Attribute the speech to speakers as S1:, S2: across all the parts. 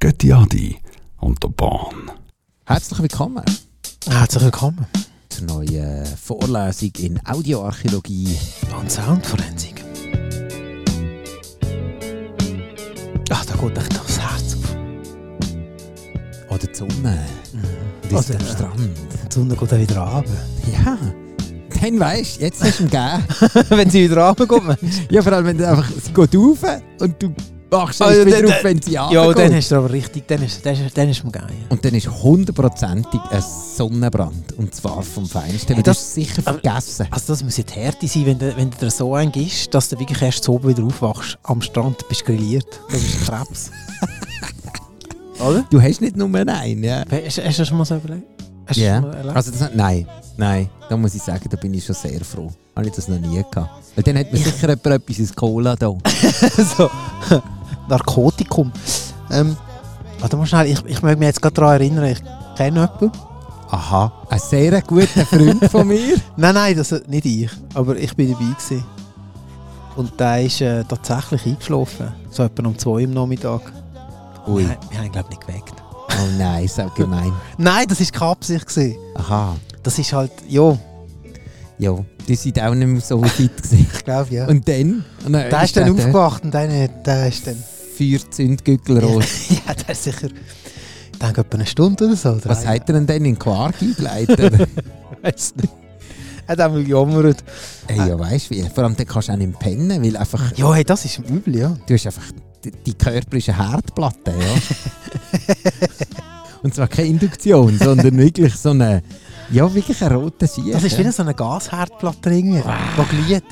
S1: Götti Adi und der Bahn.
S2: Herzlich willkommen
S3: Herzlich willkommen.
S2: zur neuen äh, Vorlesung in Audioarchäologie.
S3: Und Soundforensik. Ach, da geht Ah, echt das Herz auf.
S2: An der Sonne. Und ist
S3: An
S2: am
S3: der-
S2: Strand.
S3: Die Sonne geht auch wieder ab.
S2: Ja. Dann weisst du, jetzt hast du ihn gegeben.
S3: wenn sie wieder runterkommt.
S2: Ja, vor allem, wenn du einfach, sie geht rauf und du machst
S3: Ah,
S2: es
S3: ja,
S2: wieder
S3: dann-
S2: auf, wenn sie
S3: ja, und dann
S2: ankommt.
S3: hast du aber richtig, dann ist, dann ist, dann ist man geil.
S2: Und dann ist hundertprozentig ein Sonnenbrand. Und zwar vom Feinsten.
S3: Hey,
S2: Weil das
S3: das-
S2: ist sicher
S3: aber-
S2: vergessen.
S3: Also das muss ja die Härte sein, wenn du, wenn du dir so eng ist, dass du wirklich erst so oben wieder aufwachst. Am Strand bist du grilliert. Du bist Krebs. Oder?
S2: Du hast nicht nur einen, ja.
S3: Hast, hast du das schon mal so überlegt? Hast du
S2: Ja.
S3: das schon mal erlebt?
S2: Also das, nein, nein, da muss ich sagen, da bin ich schon sehr froh. Habe ich das noch nie gehabt. Weil dann hat mir sicher jemand etwas ins Cola da.
S3: so Narkotikum. Ähm, warte mal schnell, ich, ich möchte mich jetzt gerade daran erinnern, ich kenne jemanden.
S2: Aha, ein sehr guter Freund von mir.
S3: Nein, nein, das, nicht ich, aber ich bin dabei gewesen. Und der ist äh, tatsächlich eingeschlafen, so etwa um 2 Uhr am Nachmittag.
S2: Ui,
S3: Wir, wir haben ihn, glaube ich, nicht geweckt.
S2: oh nein, so gemein.
S3: Nein, das war keine Absicht. Gewesen.
S2: Aha,
S3: Das ist halt, ja,
S2: ja, die sind auch nicht mehr so fit gewesen.
S3: ich glaube, ja.
S2: Und dann? Und dann
S3: der ist dann
S2: der
S3: aufgewacht und dann, hat- der ist dann...
S2: Für Zündgückel rot.
S3: ja, der ist sicher, ich denke, etwa eine Stunde oder so.
S2: Was
S3: heißt
S2: hat er denn dann in Quark eingeleitet?
S3: das? Er hat einmal gejammert.
S2: hey, ja, weißt du, vor allem dann kannst du auch nicht mehr pennen, weil einfach,
S3: Ja, hey, das ist übel, ja.
S2: du hast einfach, die- die Körper ist eine Herdplatte, ja. Und zwar keine Induktion, sondern wirklich so eine, ja, wirklich ein roter Sieg.
S3: Das ist
S2: ja. Ah.
S3: wie so eine Gasherdplatte irgendwie, die glüht.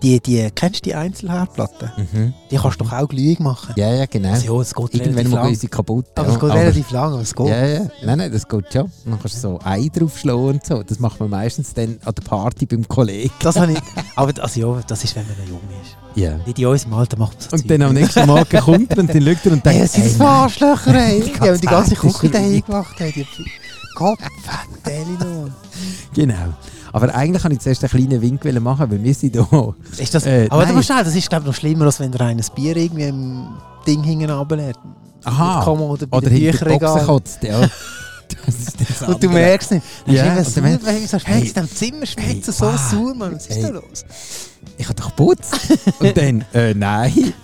S3: Die, die, kennst du die Einzelherdplatten?
S2: mhm.
S3: Die kannst du doch auch glühig machen.
S2: Ja, ja, genau.
S3: Also, ja, es geht
S2: Irgendwann
S3: relativ
S2: mal
S3: lang.
S2: gehen sie kaputt.
S3: Aber
S2: ja.
S3: es geht relativ lang, aber es geht.
S2: ja, ja. Nein, nein, das geht schon. Dann kannst du so Ei draufschlagen und so. Das macht man meistens dann an der Party beim Kollegen.
S3: Das habe ich, aber also, ja, das ist, wenn man noch jung ist.
S2: Ja.
S3: Nicht in unserem Alter macht man so
S2: Und dann am nächsten Morgen kommt man und dann schaut er und denkt,
S3: Hey, das sind
S2: ey,
S3: so Arschlöcher, ey.
S2: Die
S3: Die haben die
S2: ganze
S3: ganze
S2: Welt ist
S3: Küche da
S2: ruiniert.
S3: hingemacht. ey, Die Kopf,
S2: Genau. Aber eigentlich wollte ich zuerst einen kleinen Wink machen, weil wir sind hier.
S3: Ist das,
S2: Äh,
S3: aber warte
S2: nein.
S3: mal schnell, das ist glaube ich noch schlimmer, als wenn der eine ein Bier irgendwie im Ding hinten runterlädt. Auf die Kommode bei
S2: Ah. Oder
S3: den
S2: hinter die Boxen
S3: Bücherregalen.
S2: kotzt, ja. Das ist das
S3: Und du
S2: andere.
S3: merkst nicht.
S2: Ja,
S3: Ja,
S2: und
S3: ist
S2: dann
S3: immer
S2: merkst-
S3: so hey, wieso schmeckt
S2: Hey.
S3: es in diesem Zimmer schmeckt
S2: Hey,
S3: es so
S2: wow.
S3: sauer, Mann. Was ist
S2: Hey.
S3: da los?
S2: Ich habe doch geputzt. Und dann, äh, nein.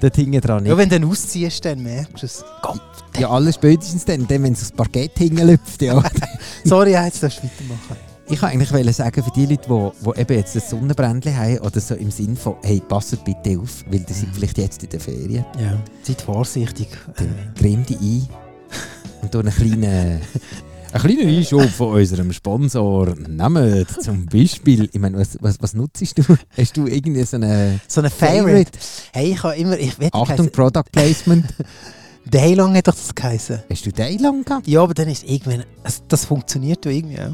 S2: Dort hinten dran
S3: Ja,
S2: nicht.
S3: wenn du dann ausziehst, dann merkst du es. Gott,
S2: Ja, alles spätestens dann, dann wenn es aufs Parkett hingelüpft, ja.
S3: sorry, ja, jetzt darfst du weitermachen.
S2: Ich wollte eigentlich wollen sagen, für die Leute, die, die eben jetzt ein Sonnenbrändchen haben oder so im Sinn von, hey, passet bitte auf, weil die sind vielleicht jetzt in der Ferien.
S3: Ja. Seid vorsichtig. Äh,
S2: Dann creme die ein und tu einen kleinen, einen kleinen Einschub von unserem Sponsor. Nehmen zum Beispiel, ich meine, was, was, was nutzt du? Hast du irgendwie so eine
S3: So ein Favorite.
S2: Favorite?
S3: Hey, ich habe immer... Ich, wie hat die
S2: Achtung,
S3: geheißen?
S2: Product Placement.
S3: Daylong hat doch das geheißen.
S2: Hast du den lang gehabt?
S3: Ja, aber dann ist irgendwann... Also, das funktioniert ja irgendwie auch.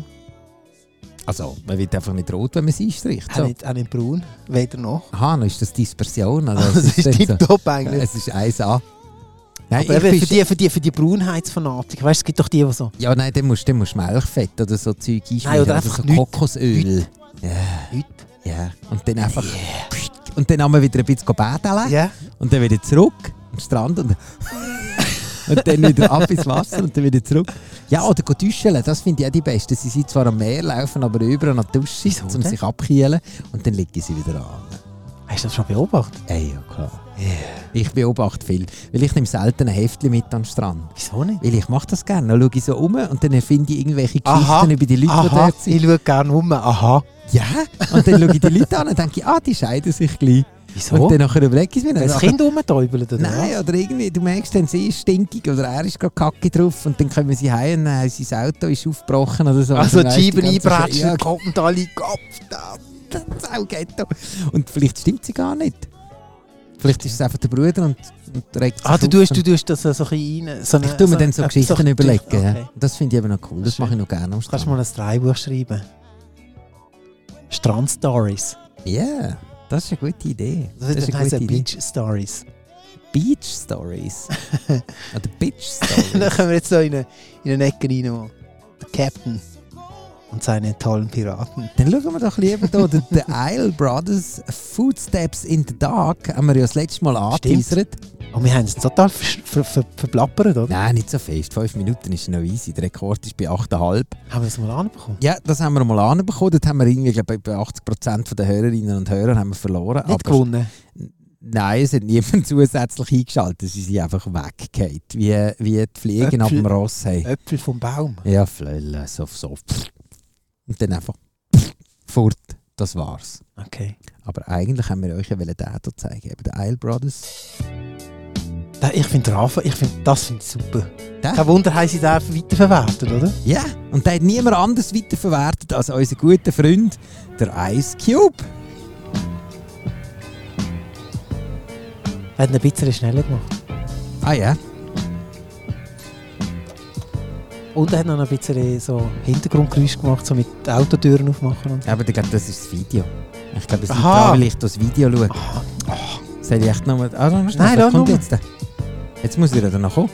S2: Also, man wird einfach nicht rot, wenn man es einstricht.
S3: Auch,
S2: So.
S3: nicht, auch nicht braun. Weder noch.
S2: Aha, dann ist das Dispersion. Also,
S3: Also, das
S2: dann
S3: ist tipptopp
S2: so,
S3: eigentlich.
S2: es ist 1A. Nein,
S3: Aber eben
S2: bin
S3: für die, für die, für die Braunheitsfanatiker. Weißt du, es gibt doch die, die so...
S2: Ja, nein, dann musst du musst Milchfett oder so Zeug einschmieren.
S3: Nein, oder
S2: also
S3: einfach
S2: so
S3: nichts.
S2: Kokosöl.
S3: Heute.
S2: Ja. Und dann einfach. Und dann haben wir wieder ein bisschen baden.
S3: Ja.
S2: Und dann wieder zurück am Strand. Und, und dann wieder ab ins Wasser und dann wieder zurück. Ja, oder go duschen, das finde ich auch die Beste. Sie sind zwar am Meer, laufen aber überall an die Dusche,
S3: Wieso
S2: um
S3: denn?
S2: sich abkühlen. Und dann legen sie wieder an.
S3: Hast du das schon beobachtet?
S2: Ey, ja klar. Ich beobachte viel. Weil ich nehme selten ein Heftchen mit am Strand.
S3: Wieso nicht?
S2: Weil ich mache das gerne. Dann schaue ich so um und dann erfinde ich irgendwelche Geschichten
S3: Aha.
S2: über die Leute, die
S3: Aha,
S2: dort sind.
S3: ich schaue gerne um. Aha.
S2: Ja, und dann schaue ich die Leute an und denke, ah, die scheiden sich gleich.
S3: Wieso?
S2: Und dann nachher überlege ich es mir.
S3: Wenn
S2: Und
S3: das
S2: nachher-
S3: Kind rumtäubelt oder was?
S2: Nein, oder irgendwie, du merkst dann, sie ist stinkig oder er ist gerade kacke drauf und dann kommen sie heim und dann haben sie das Auto ist aufgebrochen oder so.
S3: Also
S2: Und dann
S3: die
S2: weisst du
S3: Scheiben
S2: ganz so,
S3: einbratschen,
S2: Ja,
S3: die Koppen da alle ab.
S2: das ist auch Ghetto. Und vielleicht stimmt sie gar nicht. Vielleicht ist es einfach der Bruder und, und regt sich
S3: Ah, du
S2: auf
S3: tust,
S2: und-
S3: du tust das so ein bisschen rein. So eine,
S2: Ich tue mir dann so
S3: eine-
S2: Geschichten
S3: eine-
S2: überlegen.
S3: Okay.
S2: ja. Das finde ich eben noch cool. Das
S3: Schön.
S2: mache ich noch gerne am Strand.
S3: Kannst du mal ein Dreibuch schreiben? Strand-Stories.
S2: Ja, das ist eine gute Idee.
S3: Das, das
S2: eine
S3: heisst
S2: gute Idee.
S3: Beach-Stories.
S2: Beach Stories. Oder Bitch Stories.
S3: dann kommen wir jetzt so in eine, in eine Ecke rein. wo Der Captain. und seine tollen Piraten.
S2: Dann schauen wir doch lieber hier den, den Isle Brothers Footsteps in the Dark. Haben wir ja das letzte Mal angeteasert.
S3: Und Oh, wir haben es total ver ver ver verplappert, oder?
S2: Nein, nicht so fest. Fünf Minuten ist noch easy. Der Rekord ist bei 8,5.
S3: Haben wir das mal anbekommen?
S2: Ja, das haben wir mal anbekommen. Dort haben wir irgendwie, glaube ich, bei 80% der Hörerinnen und Hörer haben wir verloren.
S3: Nicht gewonnen.
S2: Nein, es hat niemand zusätzlich eingeschaltet. Sie sind einfach weggegangen. Wie, wie die Fliegen ab dem
S3: Äpfel.
S2: Ross. Hey.
S3: Äpfel vom Baum.
S2: Ja, Flölle, so, so. Und dann einfach fort. Das war's.
S3: Okay.
S2: Aber eigentlich haben wir euch ja wollen den hier zeigen. Eben den Isle Brothers.
S3: Da, ich finde Rafa, ich find, das finde ich super.
S2: Da?
S3: Kein Wunder, haben sie den weiterverwertet, oder?
S2: Ja, und den hat niemand anders weiterverwertet als unser guter Freund, der Ice Cube.
S3: Hätten ein bisschen schneller gemacht.
S2: Ah ja,
S3: Und er hat noch ein bisschen so Hintergrundgeräusche gemacht, so mit Autotüren aufmachen und so.
S2: aber ich glaube, das ist das Video. Ich glaube, es liegt
S3: Aha.
S2: daran, weil ich das Video schaue. Soll ich echt nochmal... Ah, nein,
S3: Nein,
S2: das
S3: lass
S2: kommt
S3: nur.
S2: jetzt. Jetzt muss er danach kommen.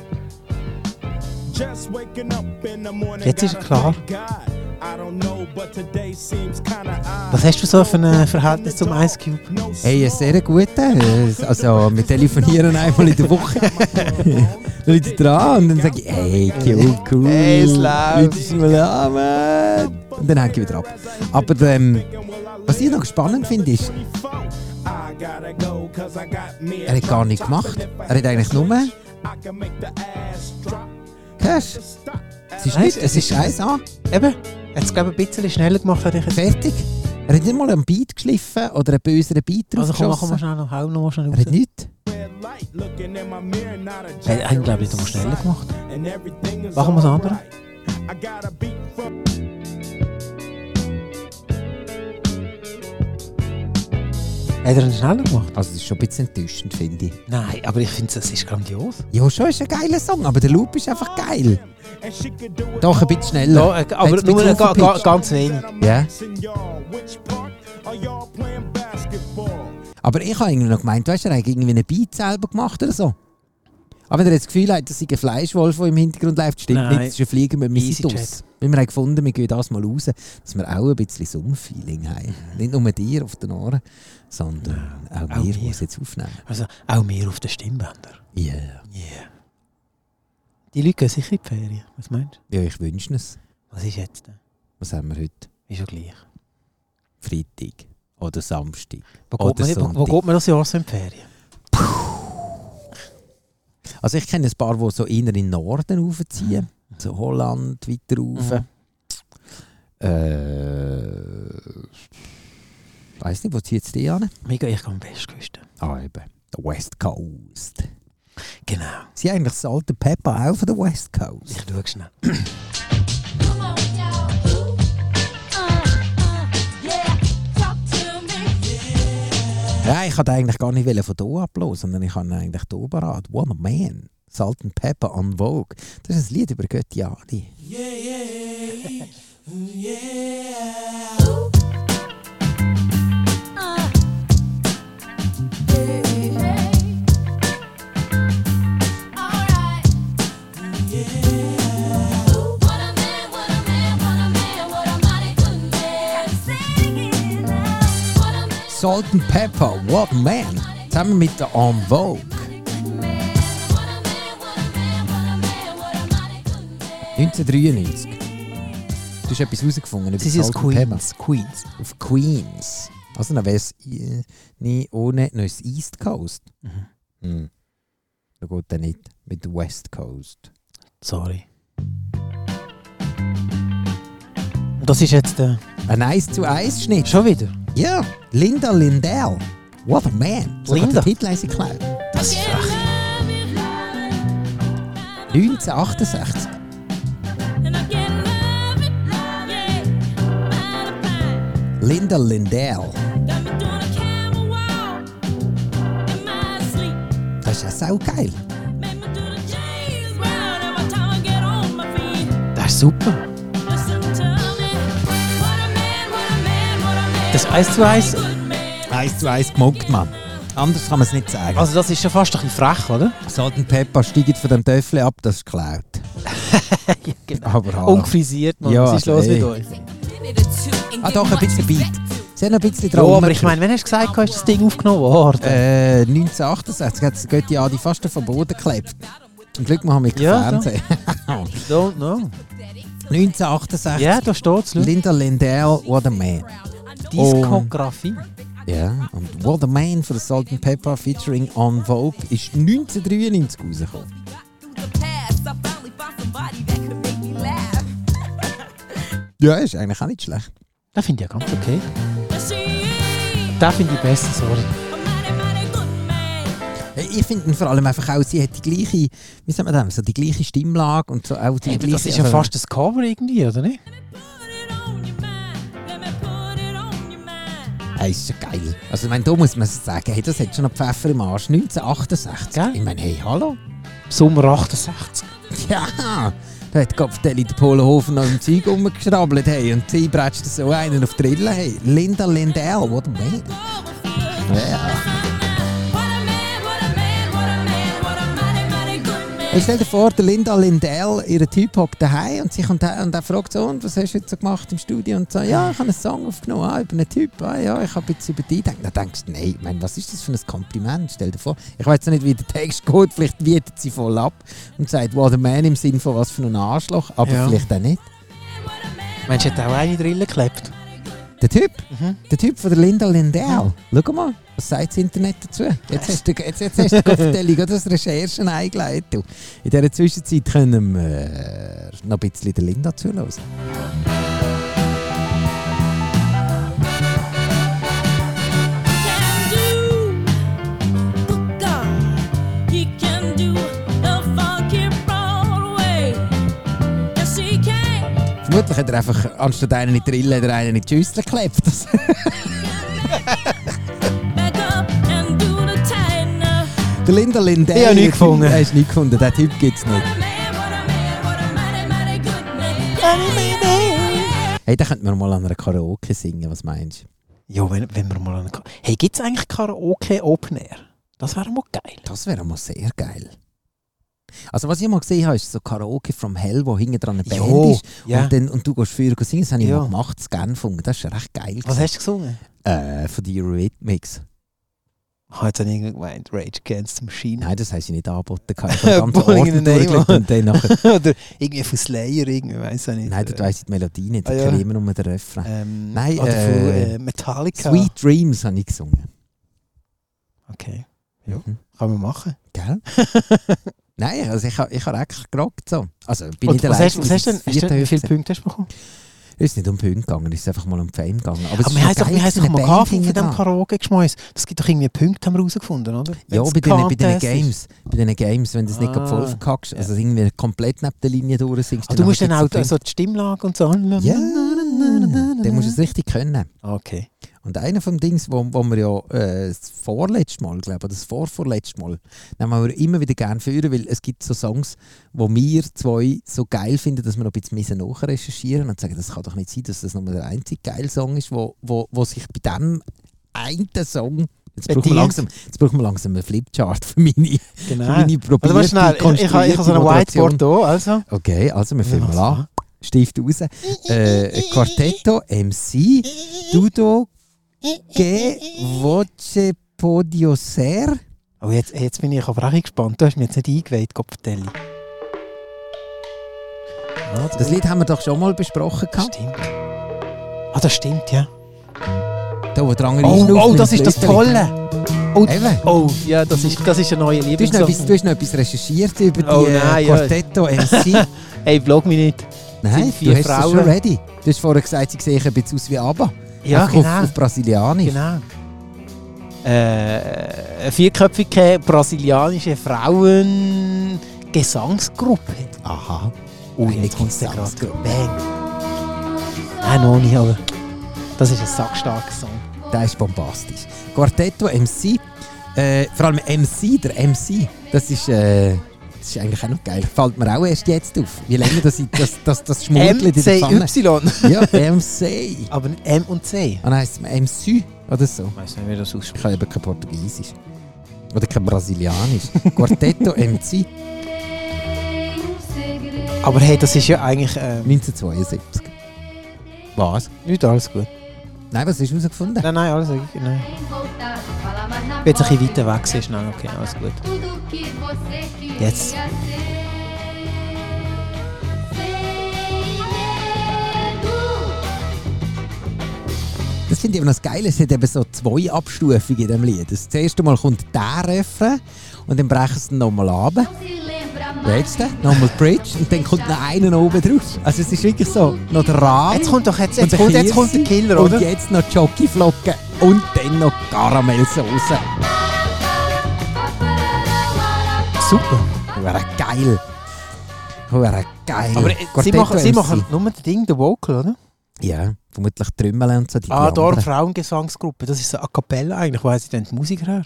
S4: Just waking up in the morning.
S3: Jetzt ist er klar. Was
S4: Was
S3: hast du so für ein Verhältnis zum Ice Cube?
S2: Hey, ein sehr guter. Äh, Also, wir telefonieren einmal in der Woche. Dann Leute dran und dann sage ich, hey, cool, cool.
S3: Hey, es läuft.
S2: Leute sind mal an, Mann. Und dann hänge ich wieder ab. Aber ähm, was ich noch spannend finde, ist,
S4: Er hat gar nichts gemacht. Er hat eigentlich nur.
S2: hörst du, es ist
S3: Nein,
S2: nicht,
S3: es
S2: es ist
S3: ist-
S2: eins an,
S3: Eben, er hat es glaube ich ein bisschen schneller gemacht, hätte ich jetzt.
S2: fertig. Er hat nicht mal einen Beat geschliffen oder einen böseren Beat
S3: Also komm, machen wir
S2: draufgeschossen.
S3: schnell noch, hau noch mal schnell
S2: Er hat
S3: raus.
S2: nichts.
S4: Er
S3: Er hat,
S4: hat, glaube
S3: glaube
S4: ich,
S3: ich, nochmal
S4: nochmal schneller
S3: schneller
S4: gemacht.
S3: gemacht.
S4: Machen
S3: Machen wir
S4: wir es
S3: das
S4: andere.
S3: andere? Hat er ihn schneller gemacht?
S2: Also, das ist schon ein bisschen enttäuschend, finde ich.
S3: Nein, aber ich finde, es ist grandios.
S2: Ja, schon ist ein geiler Song, aber der Loop ist einfach geil. Doch, ein bisschen schneller.
S3: Ja, äh, aber
S2: Jetzt ein
S3: nur
S2: bisschen
S3: ga, ga,
S2: aufgepitcht.
S3: ganz wenig.
S2: Ja. Aber ich habe irgendwie noch gemeint, weißt du, er hat irgendwie einen Beat selber gemacht oder so. Aber wenn ihr jetzt das Gefühl habt, das sei ein Fleischwolf, der im Hintergrund läuft, stimmt
S3: Nein.
S2: nicht, das ist ein Flieger mit
S3: Easy
S2: Misitus. Weil wir haben gefunden, wir gehen das mal raus, dass wir auch ein bisschen Summfeeling haben. Nicht nur dir auf den Ohren, sondern auch
S3: auch
S2: wir, die
S3: wir.
S2: es jetzt aufnehmen.
S3: Also auch mehr auf den Stimmbänder.
S2: Yeah.
S3: Yeah. Die Leute gehen sicher in die Ferien. Was meinst
S2: Ja, ich wünsche es.
S3: du? Was ist jetzt denn?
S2: Was haben wir heute?
S3: Ist ja gleich.
S2: Freitag oder Samstag.
S3: Wo,
S2: Oder
S3: geht, man, wo, wo
S2: Sonntag.
S3: geht man das Jahr so in die Ferien?
S2: Also ich kenne ein paar, die so eher in den Norden raufziehen. So Holland, weiter rauf.
S3: Mhm.
S2: Äh, weiß nicht, wo zieht es die an?
S3: Mega, ich gehe am Westküste.
S2: Ah, eben. Der West Coast.
S3: Genau.
S2: Sie eigentlich das alte Peppa auch von der West
S3: Ich
S2: Coast.
S3: schaue schnell.
S2: Nein, ich wollte eigentlich gar nicht von hier ablassen, sondern ich habe eigentlich hier parat. What a man. Salt and Pepper on Vogue. Das ist ein Lied über Göttiani. Salt and Pepper, What a man. Zusammen mit der On Vogue. 1993. Du hast etwas herausgefunden über
S3: Sie sind aus
S2: Salt and Pepper.
S3: Queens. Queens.
S2: auf Queens. Also dann wäre es äh, nie ohne noch das East Coast.
S3: Mhm.
S2: Hm. Da geht er nicht mit der West Coast.
S3: Sorry. Und das ist jetzt der.
S2: Ein Eis zu Eis Schnitt.
S3: Schon wieder?
S2: Ja, Linda Lindell. What a man. So
S3: Linda.
S2: hat der Titel heisst geklaut.
S3: Das ist frech.
S2: 1968. Linda Lindell. Das ist ja saugeil.
S3: Das ist super. Das ist eins zu eins.
S2: Eis zu Eis gemockt, Mann. Anders kann man es nicht sagen.
S3: Also, das ist schon fast ein bisschen frech, oder?
S2: Salt and Pepper steigt von dem Töffel ab, das ist geklaut.
S3: ja, genau.
S2: Aber hallo.
S3: Ungefrisiert, Mann.
S2: Ja,
S3: Was ist los
S2: ey.
S3: mit euch?
S2: Ah, doch, ein bisschen Beat. Sie haben ein bisschen
S3: Ja,
S2: dran
S3: aber ich meine, wenn hast du gesagt, ist das Ding aufgenommen worden?
S2: Äh, 1968 hat das Götti Adi fast vom Boden geklebt. Zum Glück machen wir keinen
S3: Ja, so.
S2: Fernsehen.
S3: Don't know.
S2: 1968,
S3: Ja, da steht es.
S2: Linda Lindell, What a Man.
S3: Diskografie.
S2: Ja, und What a Man von Salt and Pepper featuring On Vogue ist 1993 rausgekommen. Ja, ist eigentlich auch nicht schlecht.
S3: Das finde ich ja ganz okay. Das finde ich besser, sorry.
S2: Hey, Ich finde ihn vor allem einfach auch, sie hat die gleiche, wie sagt man das, so die gleiche Stimmlage und so auch die
S3: Hey, aber
S2: gleiche...
S3: das ist ja
S2: also-
S3: fast ein Cover irgendwie, oder nicht?
S2: Hey, ist ja geil. Also ich meine, da muss man sagen, hey, das hat schon noch Pfeffer im Arsch. 1968.
S3: Gell?
S2: Ich meine, hey, hallo?
S3: Sommer 68.
S2: Ja! Da hat Kopfdeli den Polenhofen noch im Zeug rumgeschrabbelt hey, und sie bretscht so einen auf die Rille. Hey, Linda Lindell, what a man. Hey, stell dir vor, der Linda Lindell, ihr Typ hockt daheim und sie kommt her und er fragt so, und was hast du jetzt so gemacht im Studio? Und so, ja, ich habe einen Song aufgenommen, ah, über einen Typ, ah, ja, ich habe jetzt über dich gedacht. Dann denkst du, nein, ich meine, was ist das für ein Kompliment? Stell dir vor, ich weiß nicht, wie der Text geht, vielleicht bietet sie voll ab und sagt, what a man im Sinn von was für ein Arschloch, aber
S3: Ja.
S2: vielleicht auch nicht.
S3: Mensch, hat auch eine Drille geklebt.
S2: Der Typ,
S3: Mhm.
S2: der Typ von der Linda Lindell. Schau mal, was sagt das Internet dazu? Jetzt hast du, jetzt, jetzt hast du Kopfteilung oder das Recherchen eingeleitet. du. In dieser Zwischenzeit können wir äh, noch ein bisschen der Linda zuhören. Vermutlich hat er einfach anstatt einen in die Rille oder einen in die Schüssel geklebt. Das- der Linda Lindell.
S3: Ich hab nichts gefunden.
S2: Er ist nicht gefunden, den Typ gibt es nicht. Hey, den könnten wir mal an einer Karaoke singen, was meinst du?
S3: Ja, wenn, wenn wir mal... Einen... Ka- Hey, gibt es eigentlich Karaoke Open Air? Das wäre mal geil.
S2: Das wäre mal sehr geil. Also was ich mal gesehen habe, ist so Karaoke from Hell, wo hinten dran eine Band ist.
S3: Ja.
S2: Und, dann, und du gehst früher singen, das habe ich
S3: Ja.
S2: mal gemacht, das Genfung, das ist recht geil.
S3: Was hast du gesungen?
S2: Äh, von den Eurythmics.
S3: Ich habe jetzt an irgendeinen gemeint. Rage Against the Machine.
S2: Nein, das hast du nicht angeboten. Ich habe den ganzen
S3: Bowling
S2: Orden
S3: in the Name.
S2: durchgelegt und dann nachher...
S3: Oder irgendwie von Slayer, irgendwie, weiss ich nicht.
S2: Nein, dort weiss ich die Melodie nicht,
S3: Ah,
S2: ich
S3: ja.
S2: kenne immer nur den Refrain.
S3: Ähm,
S2: Nein,
S3: oder von
S2: äh,
S3: äh, Metallica.
S2: Sweet Dreams habe ich gesungen.
S3: Okay, Ja.
S2: Mhm.
S3: kann man machen.
S2: Gell? Nein, also ich, ha- ich habe echt gerockt. So. Also bin ich
S3: Und
S2: der
S3: was hast, was hast du
S2: Letzte,
S3: denn?
S2: die
S3: Hast du,
S2: vierte
S3: wie viele
S2: Hälfte-
S3: Punkte hast du bekommen?
S2: Es ist nicht um Punkte gegangen, es ist einfach mal um Fame gegangen. Aber, es ist
S3: Aber wir
S2: schon
S3: haben doch,
S2: geil,
S3: wir haben
S2: so
S3: doch
S2: eine
S3: mal
S2: Band
S3: Kaffee von
S2: hinten
S3: diesem
S2: dran.
S3: Karaoke-Geschmäus. Das gibt doch irgendwie Punkte, haben wir herausgefunden, oder?
S2: Ja,
S3: Wenn's
S2: bei diesen bei diesen
S3: Contest ist.
S2: Games, bei diesen Games, wenn du es nicht gerade voll
S3: Ah.
S2: verkackst, also irgendwie komplett neben der Linie durch singst.
S3: Ah, du musst dann auch
S2: gibt's
S3: so die Stimmlage und so.
S2: einen Punkt. Ja, dann musst du es richtig können.
S3: Okay.
S2: Und einer von Dings, wo, wo wir ja äh, das vorletzte Mal, glaube ich, oder das vorvorletzte Mal, nehmen wir immer wieder gerne führen, weil es gibt so Songs, wo wir zwei so geil finden, dass wir noch ein bisschen müssen nachrecherchieren und sagen, das kann doch nicht sein, dass das nur der einzige geile Song ist, wo, wo, wo sich bei dem einen Song Jetzt brauchen, wir
S3: Bedient.
S2: langsam, jetzt brauchen wir langsam einen Flipchart für meine, für
S3: Genau.
S2: meine probierte,
S3: Also, warte schnell, ich, ich, habe- ich habe so
S2: konstruierte
S3: ein
S2: Moderation.
S3: Whiteboard hier, also.
S2: Okay, also wir fangen
S3: Ja,
S2: mal an. Stift raus. Äh, Quartetto, MC, Dudo, Che Voce Podio Ser.
S3: Oh, jetzt, jetzt bin ich aber auch gespannt. Du hast mich jetzt nicht eingeweiht, Kopftelli. Ah,
S2: Das Lied haben wir doch schon mal besprochen.
S3: das
S2: Gehabt.
S3: stimmt. Ah, das stimmt, ja.
S2: Da, wo der andere
S3: Oh,
S2: Einschnaufen
S3: oh,
S2: und
S3: das ist das
S2: Flötchen.
S3: Tolle. Oh,
S2: Eben.
S3: oh ja, das ist, das ist eine neue
S2: Du hast, noch etwas,
S3: Lieblingssong.
S2: du hast noch etwas recherchiert über die
S3: Oh,
S2: äh,
S3: nein, ja.
S2: Quartetto MC.
S3: Hey, blog mich nicht.
S2: nein,
S3: Sind vier
S2: du hast es schon
S3: Frauen.
S2: ready. Du hast vorher gesagt, sie sehen ein bisschen aus wie ABBA.
S3: Ja,
S2: Einfach
S3: genau.
S2: Auf, auf Brasilianisch.
S3: genau. Äh, eine vierköpfige brasilianische Frauen-Gesangsgruppe.
S2: Aha.
S3: Oh,
S2: Eine
S3: jetzt kommt der gerade.
S2: Gesangsgruppe.
S3: Bang. Nein, noch nicht, aber das ist ein sackstarker Song.
S2: Der ist bombastisch. Quartetto MC. Äh, vor allem MC, der MC. Das ist, äh, das ist eigentlich auch noch geil. Fällt mir auch erst jetzt auf. Wie länger das, das, das, das schmuggelt in der Pfanne.
S3: MCY.
S2: Ja, MC.
S3: Aber nicht M und C.
S2: Ah, dann heisst es MC oder so.
S3: Weißt du nicht, wie das
S2: Ich
S3: ausspricht?
S2: kann eben kein Portugiesisch. Oder kein Brasilianisch. Quartetto MC
S3: Aber hey, das ist ja eigentlich. ähm,
S2: Äh, 1972.
S3: Was? Nicht alles gut.
S2: Nein, was hast du herausgefunden?
S3: Nein, nein, alles okay. Nein. Ich bin jetzt ein bisschen weiter weg, gewesen, schnell. Okay, alles gut.
S5: Jetzt.
S2: Das finde ich aber noch das Geile, es hat eben so zwei Abstufungen in diesem Lied. Das erste Mal kommt der Refrain und dann brechen sie ihn nochmal ab. Jetzt
S5: Letzte.
S2: der, nochmal die Bridge und dann kommt noch einer noch oben drauf. Also es ist wirklich so, noch der Rahmen.
S3: Jetzt kommt doch jetzt,
S2: und
S3: jetzt, kommt, jetzt kommt der
S2: Kirsi
S3: Killer, oder?
S2: Und jetzt noch die Jockeyflocken und dann noch die Karamellsauce.
S3: Super.
S2: Wäre geil. Wäre geil.
S3: Aber äh, sie, machen, sie
S2: MC.
S3: machen nur das Ding, den Vocal, oder?
S2: Ja, vermutlich Trümmeln und so. Die
S3: Ah,
S2: die
S3: dort
S2: anderen,
S3: Frauengesangsgruppe. Das ist so A Cappella eigentlich. Woher sie denn die Musik her?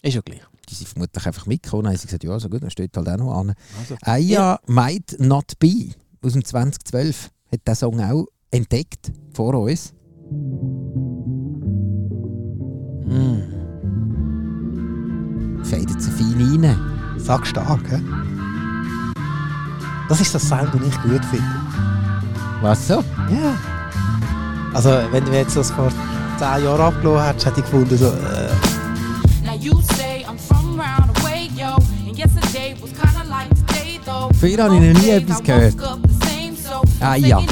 S3: Ist ja gleich.
S2: Die sind vermutlich einfach mitgekommen. Dann haben sie gesagt, ja, so gut, dann steht halt auch noch an.
S3: Also.
S2: Aya Might Not Be aus dem 2012 hat diesen Song auch entdeckt vor uns. Hm. Fadet sie fein rein.
S3: Sag stark, hä? Das ist das Sound, den ich gut finde.
S2: Was so?
S3: Ja. Also, wenn du jetzt das vor 10 Jahren abgelassen hättest, hätte ich gefunden, so, äh,
S6: Now you say I'm from round away, yo. And yesterday was kinda like today, though.
S2: Von ihr habe ich noch nie etwas gehört. Ah,
S6: Ah
S2: ja.
S6: ja.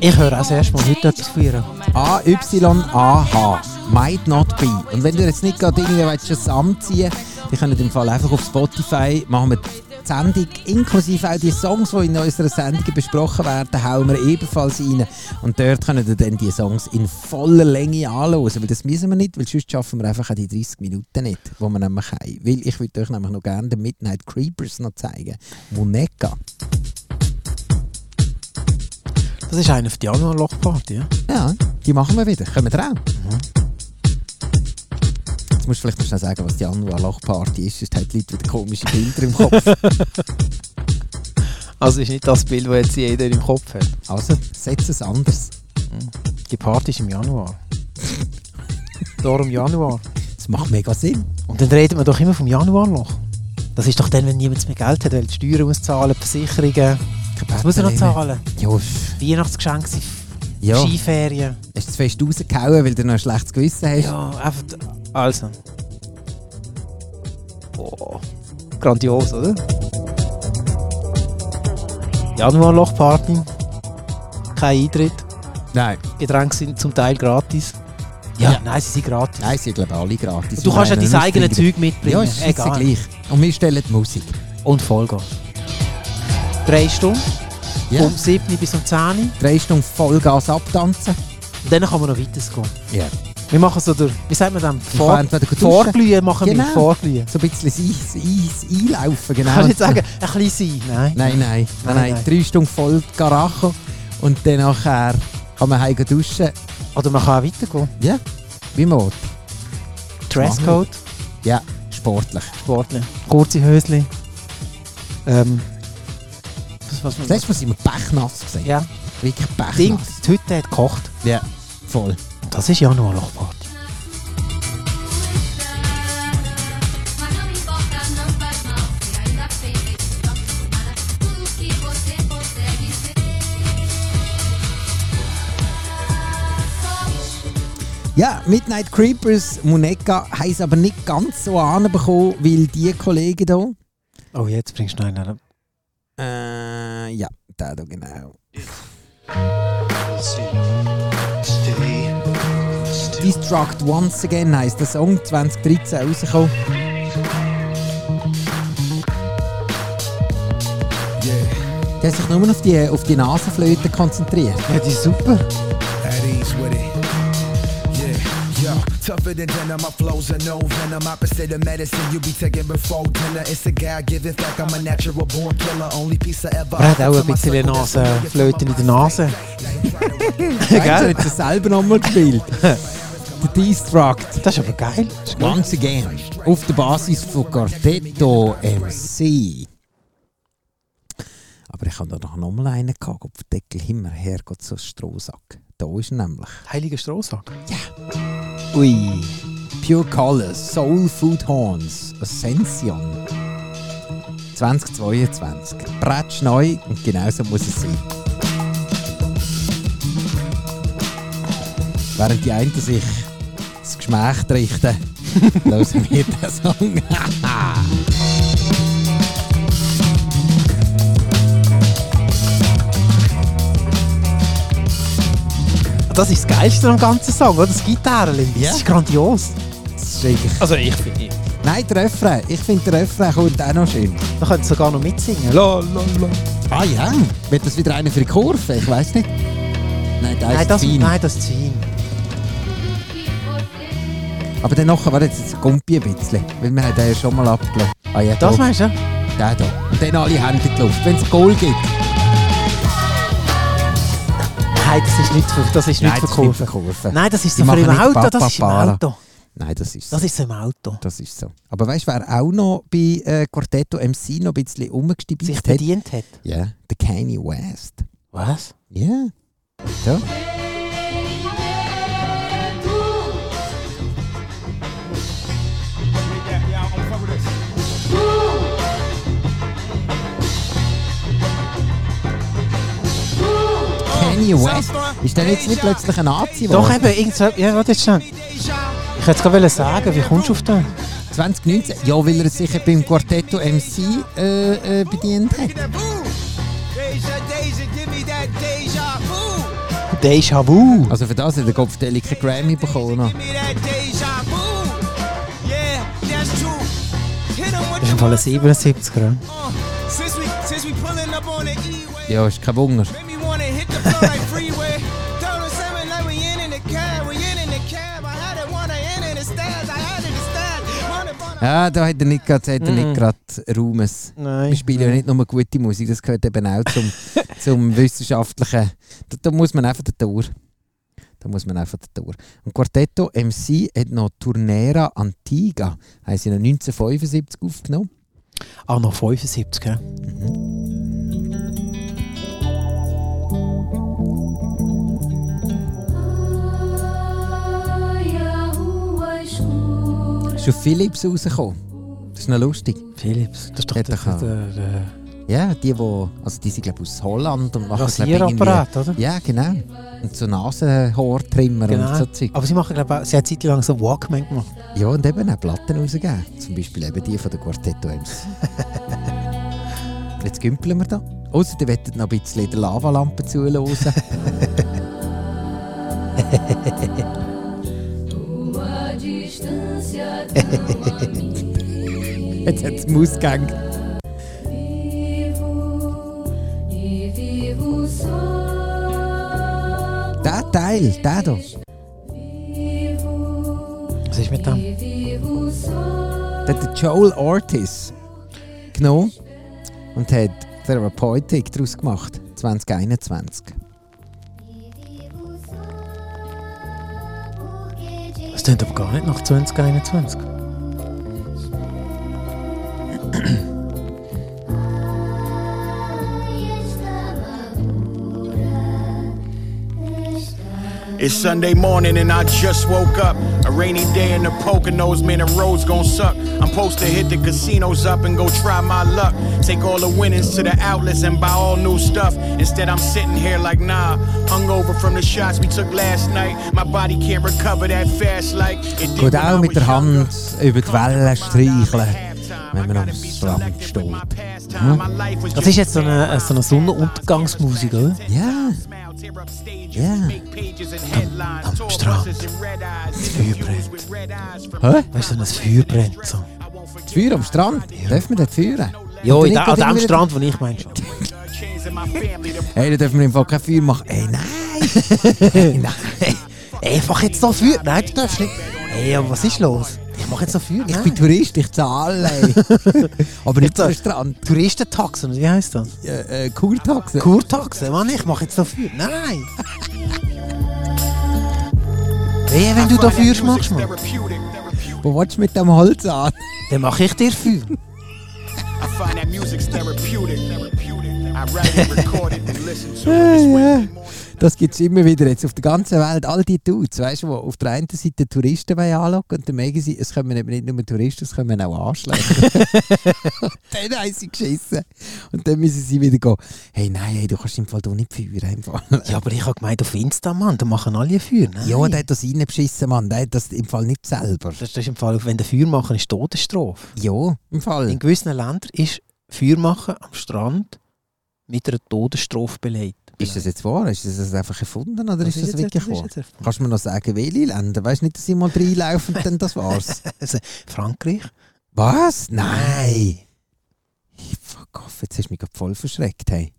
S3: Ich höre auch erst mal heute etwas von ihr.
S2: A-Y-A-H. Might Not Be. Und wenn du jetzt nicht gerade irgendwie willst, schon zusammenziehen willst, dann könnt ihr im Fall einfach auf Spotify machen wir die Sendung, inklusive auch die Songs, die in unserer Sendung besprochen werden, hauen wir ebenfalls rein. Und dort könnt ihr dann die Songs in voller Länge anhören, weil das müssen wir nicht, weil sonst schaffen wir einfach auch die 30 Minuten nicht, die wir nämlich haben. Weil ich würde euch nämlich noch gerne den Midnight Creepers noch zeigen, wo nicht geht.
S3: Das ist eine für die anderen Lochparty, ja?
S2: Ja, die machen wir wieder. Kommen wir auch. Jetzt musst du vielleicht noch schnell sagen, was die Januar-Lochparty ist, sonst haben die Leute wieder komische Bilder im Kopf.
S3: Also, ist nicht das Bild, das jetzt jeder im Kopf hat.
S2: Also, setz es anders.
S3: Die Party ist im Januar. Darum Januar.
S2: Das macht mega Sinn.
S3: Und dann redet man doch immer vom Januarloch. Das ist doch dann, wenn niemand mehr Geld hat, weil die Steuern auszahlen, Versicherungen. Was muss er noch zahlen?
S2: Ja, pff,
S3: Weihnachtsgeschenke,
S2: ja.
S3: Skiferien.
S2: hast du zu fest rausgehauen, weil du noch ein schlechtes Gewissen hast?
S3: Ja, einfach. Also. Oh. Grandios, oder? Januarlochparty. Kein Eintritt.
S2: Nein.
S3: Getränke sind zum Teil gratis. Ja, nein, sie sind gratis.
S2: Nein, sie glauben alle gratis.
S3: Du kannst ja
S2: Wir haben
S3: dein
S2: einen
S3: eigenes
S2: Ausbilder.
S3: Zeug mitbringen.
S2: Ja, ist
S3: Egal.
S2: Egal. gleich. Und wir stellen die Musik.
S3: Und Vollgas. Drei Stunden,
S2: Ja.
S3: um 7 bis um 10 Uhr. Und
S2: Drei Stunden Vollgas abtanzen.
S3: dann kann man noch weitergehen.
S2: Ja.
S3: Wir machen so durch, wie sagt man
S2: kann
S3: dem? Vor
S2: entweder duschen.
S3: Vorglühen machen
S2: Genau.
S3: wir. Vorglühen.
S2: So ein bisschen das Eis, Eis einlaufen, genau.
S3: Kannst du jetzt sagen, ein bisschen sein? Nein.
S2: Nein, nein, nein,
S3: Nein,
S2: nein.
S3: nein.
S2: Drei Stunden voll Garacho und dann nachher kann man heim gehen duschen.
S3: Oder man kann auch weitergehen.
S2: Ja, wie man will.
S3: Dresscode,
S2: Ja, sportlich.
S3: Sportler. Kurze Hösli. Ähm. Was, was man,
S2: Das letzte Mal sind wir pechnass gesehen.
S3: ja.
S2: Wirklich
S3: Ding,
S2: pechnass.
S3: die Hütte hat gekocht.
S2: Ja, voll.
S3: Das ist Januarlochparty.
S2: Ja, Midnight Creepers, Muneka, haben es aber nicht ganz so anbekommen, weil die Kollegen hier...
S3: Oh, jetzt bringst du noch einen.
S2: Äh, ja, der hier genau. Destruct Once Again heisst der Song, 2013 rausgekommen. Der hat sich nur auf die, auf die Nasenflöte konzentriert.
S3: Ja, die ist super.
S7: at ease with it. Yeah, yo, tougher than dinner, my flows are no venom. Opposite of medicine you be taking before dinner. It's a guy, give it back, I'm a natural born killer. Only piece I ever
S3: Er hat auch ein bisschen Nasenflöte in der Nase.
S2: Weißt du, er hat es selber nochmal gespielt. der Destruct
S3: Das ist aber geil.
S2: Once Again auf der Basis von Quartetto MC. Aber ich habe da noch mal einen gehabt, auf den Deckel himmerher geht so ein Strohsack. Da ist er nämlich.
S3: Heiliger Strohsack.
S2: Ui. Pure Colors, Soul Food Horns, Ascension. genau 2022. Bretsch neu und genauso muss es sein. Während die einen sich das Geschmächt richten, hören wir den Song.
S3: Das ist das Geilste am ganzen Song, oder? Das Gitarre.
S2: Ja.
S3: Das ist grandios.
S2: Das ist eigentlich...
S3: Also ich finde...
S2: Nein, der Refrain. Ich finde, der Refrain kommt auch noch schön.
S3: Man könnte sogar noch mitsingen. La, la, la.
S2: Ah ja? Wird das wieder einer für die Kurve? Ich weiß nicht. Nein, der
S3: Nein,
S2: ist
S3: das,
S2: fein.
S3: nein, das ist fein.
S2: Aber dann nachher, warte, jetzt jetzt Gumpi ein bisschen. Weil wir haben den ja schon mal abgelassen. Ah ja,
S3: Das
S2: da,
S3: meinst du?
S2: der da. Und dann alle Hände in die Luft, wenn es Goal gibt.
S3: Nein, das ist nicht für, das ist nicht für Kurve.
S2: Kurve.
S3: Nein, das ist
S2: Die
S3: so für
S2: machen
S3: im
S2: nicht
S3: Auto. Das ist im
S2: Papapara.
S3: Auto.
S2: Nein, das ist so.
S3: Das ist so im Auto.
S2: Das ist so. Aber weißt du, wer auch noch bei äh, Quartetto MC noch ein bisschen
S3: Sich
S2: rumgestibitzt hat?
S3: bedient hat.
S2: Ja, der Kanye West.
S3: Was?
S2: Ja. So.
S4: Yeah, yeah, I'm fuck with this.
S2: Kanye
S3: Äh,
S2: West. Ist der jetzt nicht plötzlich ein Nazi
S3: Doch
S2: geworden?
S3: eben, irgend Ja, warte jetzt schnell. Ich hätte es gerade sagen, wie kommst du auf den?
S2: 2019? Ja, weil er sich beim Quartetto MC äh, äh, bedient hat.
S7: Deja, Deja, give me that deja vu.
S3: Deja vu.
S2: Also für das hat der Kopf keinen Grammy bekommen. noch.
S7: me that deja vu. Yeah, that's true. Hit 'em with
S3: Das ist im Fall ein 77 er
S7: uh, since we since we pulling up on the E-way.
S2: Ja, ist kein Wunder.
S7: Make me wanna hit the floor like freeway. Throw the seven like we in in the cab, we in in the cab. I had it wanna end in the stands, I had it in the stands. Wanna find a-
S2: Ja, da hat er nicht gerade, hat er nicht gerade Raumes.
S3: Mm. Nein.
S2: Wir spielen ja nicht nur gute Musik, das gehört eben auch zum, zum wissenschaftlichen. Da, da muss man einfach den Tour. Da muss man einfach den Tour. Und Quartetto MC hat noch Turnera Antiga, haben sie noch 1975 aufgenommen.
S3: Ah, noch 75, gell?
S2: Ist schon Philips rausgekommen. Das ist noch lustig.
S3: Philips. Das ist doch
S2: Hätte
S3: der,
S2: können.
S3: der, der,
S2: Ja, die, wo, also die sind glaube aus Holland und machen glaub,
S3: Rasierapparat, oder?
S2: Ja, genau. Und so Nasenhaartrimmer
S3: Genau.
S2: und so Zeug.
S3: Aber sie machen, glaube ich, sie hat zeitlang so Walkman gemacht.
S2: Ja, und eben auch Platten rausgeben. Zum Beispiel eben die von der Quartetto MC. Jetzt gümpeln wir da. Außer ihr wollt noch ein bisschen der Lavalampe zuhören. Jetzt hat es die Maus gegeben. Der Teil, der hier.
S3: Was ist mit dem?
S2: Da hat der Joel Ortiz genommen und hat Therapeutik daraus gemacht, 2021.
S3: Das klingt aber gar nicht nach 2021.
S4: It's Sunday morning and I just woke up. A rainy day in the Poconos, man, the road's gon' suck. I'm supposed to hit the casinos up and go try my luck. Take all the winnings to the outlets and buy all new stuff. Instead, I'm sitting here like, nah, hungover from the shots we took last night. My body can't recover that fast like it did.
S2: Gut,
S4: when I
S2: auch mit
S4: was
S2: der Hand
S4: younger.
S2: über die Wellen streicheln, wenn man am Hm? Strand
S4: steht.
S3: Das ist jetzt so eine, so eine Sonnenuntergangsmusik, oder?
S2: Ja, Ja.
S4: Am, am Strand. Das Feuer brennt.
S2: Hä?
S4: Weißt du, wenn das Feuer brennt so.
S2: das Feuer am Strand. Dürfen wir dort feuern?
S3: Ja,
S2: Oder
S3: in
S2: nicht
S3: der, an
S2: gerade
S3: dem
S2: irgendwie-
S3: Strand, wo ich meine schon.
S4: uh,
S2: Hey, da dürfen wir im Fall kein Feuer machen. Ey, nein!
S3: Nein, ey, ich mach jetzt noch Feuer. Nein, du darfst nicht. Ey, aber was ist los? Ich mach jetzt noch Feuer.
S2: Ich bin Tourist, ich zahle. ey. Aber nicht am Strand.
S3: Touristentaxen, oder wie heisst das?
S2: Äh, äh, Kurtaxe.
S3: Kurtaxe, Mann, Äh, ich mach jetzt noch Feuer. Nein! Ey, wenn du da Feuer machst, Mann,
S2: Wo willst du mit dem Holz an?
S3: dann mach ich dir Feuer.
S4: I find that music's therapeutic. I write it, record it, and listen to it. It's way more
S2: Das gibt es immer wieder jetzt auf der ganzen Welt. All die Dudes, weißt du, die auf der einen Seite Touristen wollen anlocken und dann merken sie, es kommen eben nicht nur Touristen, es kommen auch Anschläge. dann haben sie geschissen. Und dann müssen sie wieder gehen. Hey, nein, hey, du kannst im Fall hier nicht feuern. Im Fall.
S3: Ja, aber ich habe gemeint, auf Insta, Mann, da machen alle Feuer. Nein.
S2: Ja, der hat das reinbeschissen, Mann. Der hat das im Fall nicht selber.
S3: das, das ist im Fall, wenn der Feuer machen, ist Todesstrafe.
S2: Ja, im Fall.
S3: In gewissen Ländern ist Feuer machen am Strand mit einer Todesstrafe belegt.
S2: Ist das jetzt wahr? Ist das jetzt einfach erfunden oder ist, das
S3: jetzt-
S2: wirklich
S3: ist
S2: wahr?
S3: jetzt erfunden.
S2: Kannst du mir noch sagen, welche Länder? Weißt du nicht, dass ich mal reinlaufe und dann das war's?
S3: Also, Frankreich?
S2: Was? Nein! Hey, Fuck off, jetzt hast du mich grad voll verschreckt. Hey.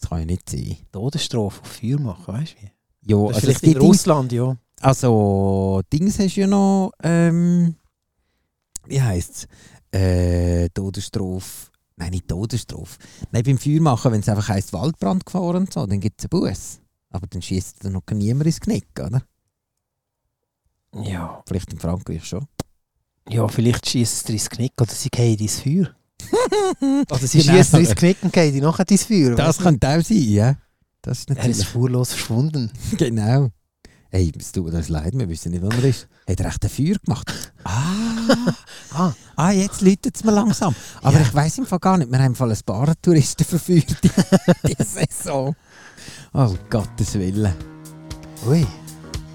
S2: Das kann ja nicht sein.
S3: Todesstrafe auf Feuer machen, weißt du wie?
S2: Ja, also,
S3: Das ist
S2: es
S3: vielleicht in
S2: gibt Dings,
S3: Russland, ja.
S2: also Dings hast du ja noch. Ähm, wie heisst es? Äh, Todesstrafe. Nein, nicht Todesstrafe. Nein, beim Feuermachen, wenn es einfach heisst Waldbrandgefahr und so, dann gibt es einen Bus. Aber dann schießt dann noch niemand ins Knick, oder?
S3: Ja,
S2: Vielleicht in Frankreich schon.
S3: ja vielleicht schießt es dir ins Knick oder sie gehen ins Feuer. Oder sie
S2: Genau.
S3: schießt dir ins Knick und gehen die nachher ins Feuer.
S2: Das
S3: weißt
S2: könnte auch sein, ja. Das ist
S3: du? er ist
S2: natürlich.
S3: spurlos verschwunden.
S2: Genau. Hey, es tut mir das leid, wir wissen nicht, wo er ist. Hat er echt ein Feuer gemacht? Ah,
S3: Ah.
S2: ah jetzt läutet es mir langsam. Aber
S3: Ja.
S2: ich weiß im Fall gar nicht, wir haben im Fall ein paar Touristen verführt diese Saison. Oh, Gottes Willen.
S3: Ui,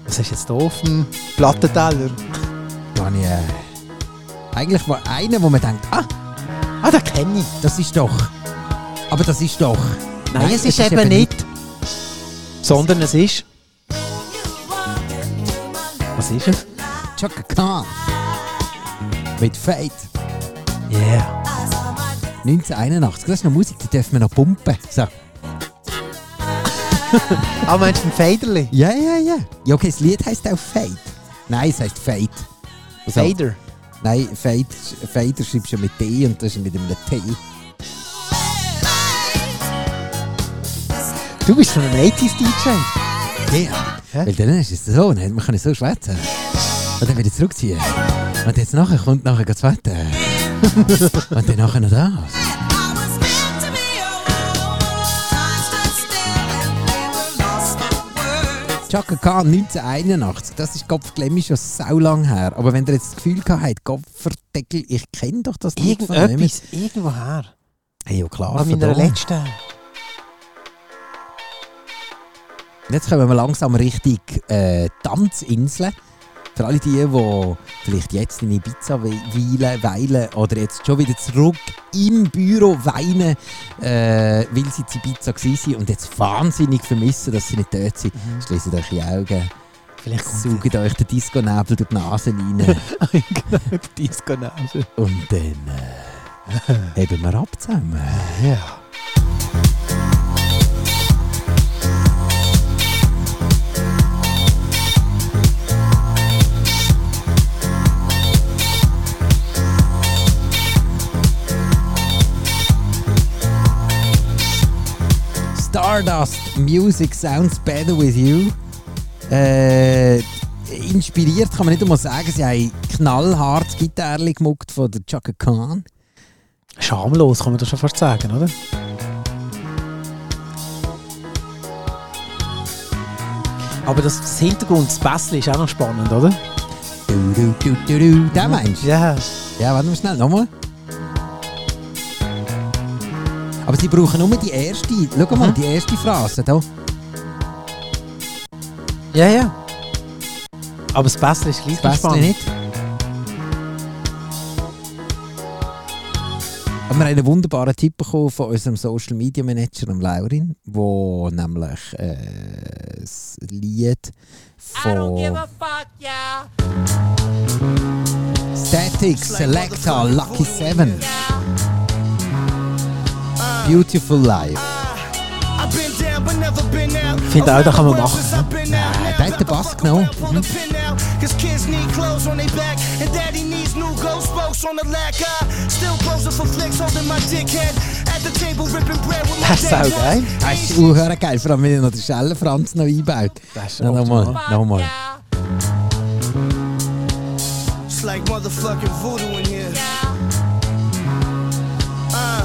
S3: was hast du jetzt hier auf dem Plattenteller?
S2: Da habe ich, äh, eigentlich war einer, wo man denkt, ah,
S3: Ah, den kenne ich.
S2: das ist doch. Aber das ist doch.
S3: Sondern es ist... Was ist es?
S2: Chaka Khan. Mit Fate.
S3: Yeah.
S2: 1981. Das ist noch Musik, die dürfen wir noch pumpen. So.
S3: Ah, meinst du ein Faderli?
S2: Ja, ja, ja. Ja, okay, das Lied heisst auch Fade. Nein, es heisst Fade. Also,
S3: Fader.
S2: Nein, Fade, Fader schreibst du ja mit D und das ist mit einem T.
S3: Du bist schon ein 80s-DJ.
S2: Ja. Weil dann ist es so, dann wir können so schwätzen. Und dann wieder zurückziehen. Und jetzt nachher kommt nachher das Wetter. und dann nachher noch das. Chaka Khan 1981, das ist Kopfglemmi schon sau lang her. Aber wenn ihr jetzt das Gefühl gehabt habt, Kopfverdeckel, ich kenne doch das Lied von dem.
S3: Irgendetwas, irgendwoher.
S2: Hey, ja klar.
S3: An meiner
S2: verdammt.
S3: letzten...
S2: Jetzt kommen wir langsam richtig äh, Tanzinseln. Für alle die, die vielleicht jetzt in Ibiza we- weilen, weilen oder jetzt schon wieder zurück im Büro weinen, äh, weil sie zu Ibiza waren und jetzt wahnsinnig vermissen, dass sie nicht dort sind.
S3: Mhm.
S2: Schließt euch die Augen,
S3: Vielleicht kommt
S2: saugt euch den Disco-Nebel durch die Nase rein
S3: Genau, die Disco-Nase.
S2: und dann äh, heben wir ab zusammen.
S3: Ja.
S2: Stardust Music Sounds Better With You. Äh, inspiriert kann man nicht einmal sagen, sie haben knallhart das Gitarre gemuckt von der Chaka Khan.
S3: Schamlos, kann man das schon fast sagen, oder? Aber das, das Hintergrund, das Bässli ist auch noch spannend, oder?
S2: Du, du, du, du, du. Den meinst du?
S3: Ja.
S2: Ja, warte mal schnell, nochmal. Aber sie brauchen nur die erste, schau mal,
S3: Mhm.
S2: die erste Phrase da.
S3: Ja, ja. Aber das Bässli ist gleich
S2: Das
S3: noch
S2: passt
S3: spannend.
S2: nicht. Aber wir haben einen wunderbaren Tipp bekommen von unserem Social Media Manager, dem Laurin, wo nämlich äh, das Lied von Static Selector Lucky Seven Beautiful Life.
S3: Vind uit, dat gaan we mag.
S2: Nee, hij heeft de bas knal. Mhm.
S3: Das ist auch geil.
S2: Das ist unhören geil, vor allem wenn ihr noch den Schellenfranz noch einbaut.
S3: Das ist
S2: Ja, nochmal,
S3: optimal.
S2: nochmal.
S8: It's like motherfucking voodoo in here. Uh,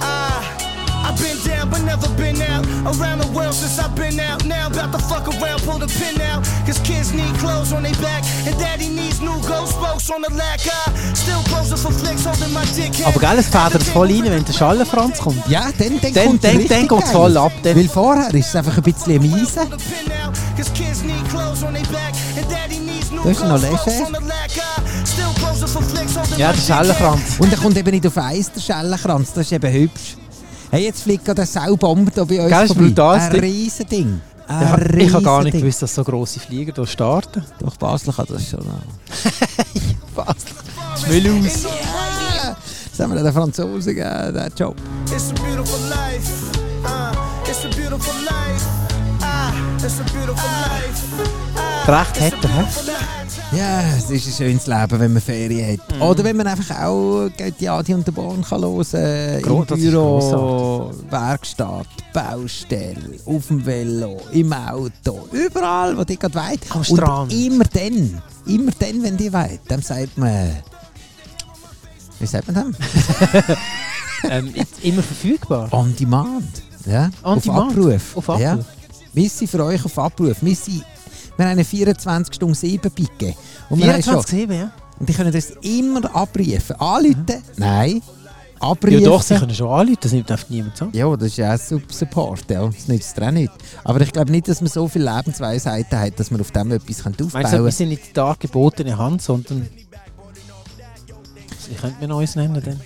S8: uh, I've been down but never never been out. Around the world since I've been out. Now I'm about to fuck around, pull the pin out. Cause kids need clothes on their back. And daddy needs new ghost spokes on the lack. I still posing for flicks, holding my dick hand.
S3: Aber gell, es fädert voll rein, wenn der Schallenfranz kommt.
S2: Ja, dann, dann,
S3: Dann-
S2: kommt
S3: dann-
S2: richtig
S3: dann geht's
S2: geil.
S3: voll ab, dann-
S2: Weil vorher ist es einfach ein bisschen am Eisen.
S8: Das
S2: ist noch lässig.
S3: Ja, der Schellenkranz.
S2: Und er kommt eben nicht auf Eis, der Schellenkranz. Das ist eben hübsch. Hey, jetzt fliegt gerade eine Saubombe da bei uns
S3: Gell, ist
S2: vorbei.
S3: brutal, das
S2: Ein
S3: Ding.
S2: Riesending. Ein
S3: Ich hab- Ich habe gar nicht
S2: Riesending.
S3: gewusst, dass so grosse Flieger hier starten.
S2: Doch, Basel kann das schon noch.
S3: Was? Schwill aus.
S2: Ah, Das haben wir den Franzosen gegeben, den Job.
S8: It's a beautiful life. Uh, it's a beautiful life. Ah, it's a beautiful life. Ah,
S3: Recht hat er, hä?
S2: Ja, es ist ein schönes Leben, wenn man Ferien
S3: Mhm.
S2: hat. Oder wenn man einfach auch äh, die Adi und den Born kann hören kann.
S3: Gro-
S2: Im
S3: das ist
S2: Büro, Werkstatt, Baustelle, auf dem Velo, im Auto. Überall, wo die gerade weit.
S3: Am Strand.
S2: Und immer dann, immer dann, wenn die weit, dann sagt man... Wie sagt man dem?
S3: Ähm, jetzt immer verfügbar.
S2: On Demand. Ja?
S3: On
S2: auf
S3: demand.
S2: Abruf.
S3: Auf Abruf.
S2: Ja. Wir sind für euch auf Abruf. Wir, sind, wir haben eine 24 Stunden 7 Picke. Und wir haben schon-
S3: 24-7, ja?
S2: Und die können das immer abrufen. Anrufen? Nein. Abrufen?
S3: Mhm. Ja doch, sie können schon anrufen, das nimmt einfach niemand an.
S2: Ja, das ist ja auch Sub- Support, ja. das nützt dir auch nicht. Aber ich glaube nicht, dass man so viele Lebensweisheiten hat, dass man auf dem etwas könnte
S3: Meinst du,
S2: aufbauen
S3: wir
S2: könnte.
S3: sind nicht die dargebotene Hand, sondern... Wie könnte man uns nennen denn?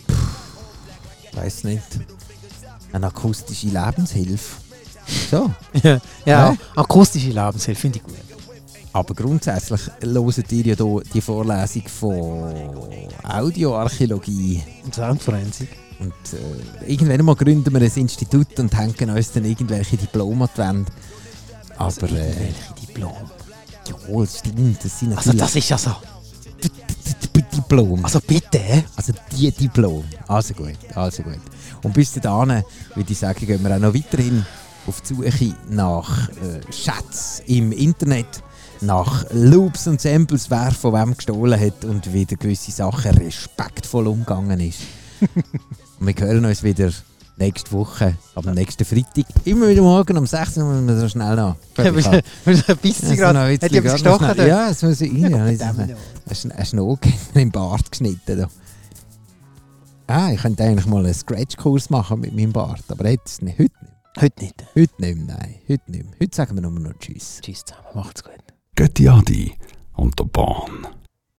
S2: Ich weiß nicht. Eine akustische Lebenshilfe. So,
S3: Ja,
S2: Ja.
S3: akustische Lebenshilfe finde ich gut.
S2: aber grundsätzlich hört ihr ja hier die Vorlesung von Audioarchäologie.
S3: Und Soundforensik.
S2: Und äh, irgendwann mal gründen wir ein Institut und hängen uns dann irgendwelche Diplome an die Wand.
S3: Also
S2: Aber... Äh,
S3: Welche Diplom?
S2: Ja, das stimmt. Das sind
S3: Also
S2: natürlich
S3: das ist ja so.
S2: die Diplom.
S3: Also bitte, hä?
S2: Also die Diplom. Also gut, also gut. Und bis dahin, würde ich sagen, gehen wir auch noch weiterhin auf die Suche nach äh, Schätzen im Internet, nach Loops und Samples, wer von wem gestohlen hat und wie der gewisse Sachen respektvoll umgegangen ist. und wir hören uns wieder nächste Woche, am nächsten Freitag. Immer wieder morgen um 16 Uhr, müssen wir so schnell noch.
S3: ein bisschen
S2: Ja, so noch ein
S3: gerade.
S2: bisschen
S3: Hat jemand
S2: gerade noch
S3: gestochen
S2: schnell-
S3: dort?
S2: Ja, das muss ich rein. Ja,
S3: Verdammt,
S2: ja. Hast du einen Schnogen im Bart geschnitten? Da. Ah, ich könnte eigentlich mal einen Scratch-Kurs machen mit meinem Bart, aber jetzt nicht. Heute nicht.
S3: Heute nicht.
S2: Heute nicht, mehr, nein. Heute nicht. mehr. Heute sagen wir nur noch Tschüss.
S3: Tschüss zusammen, macht's gut.
S1: Götti Adi und der Bahn.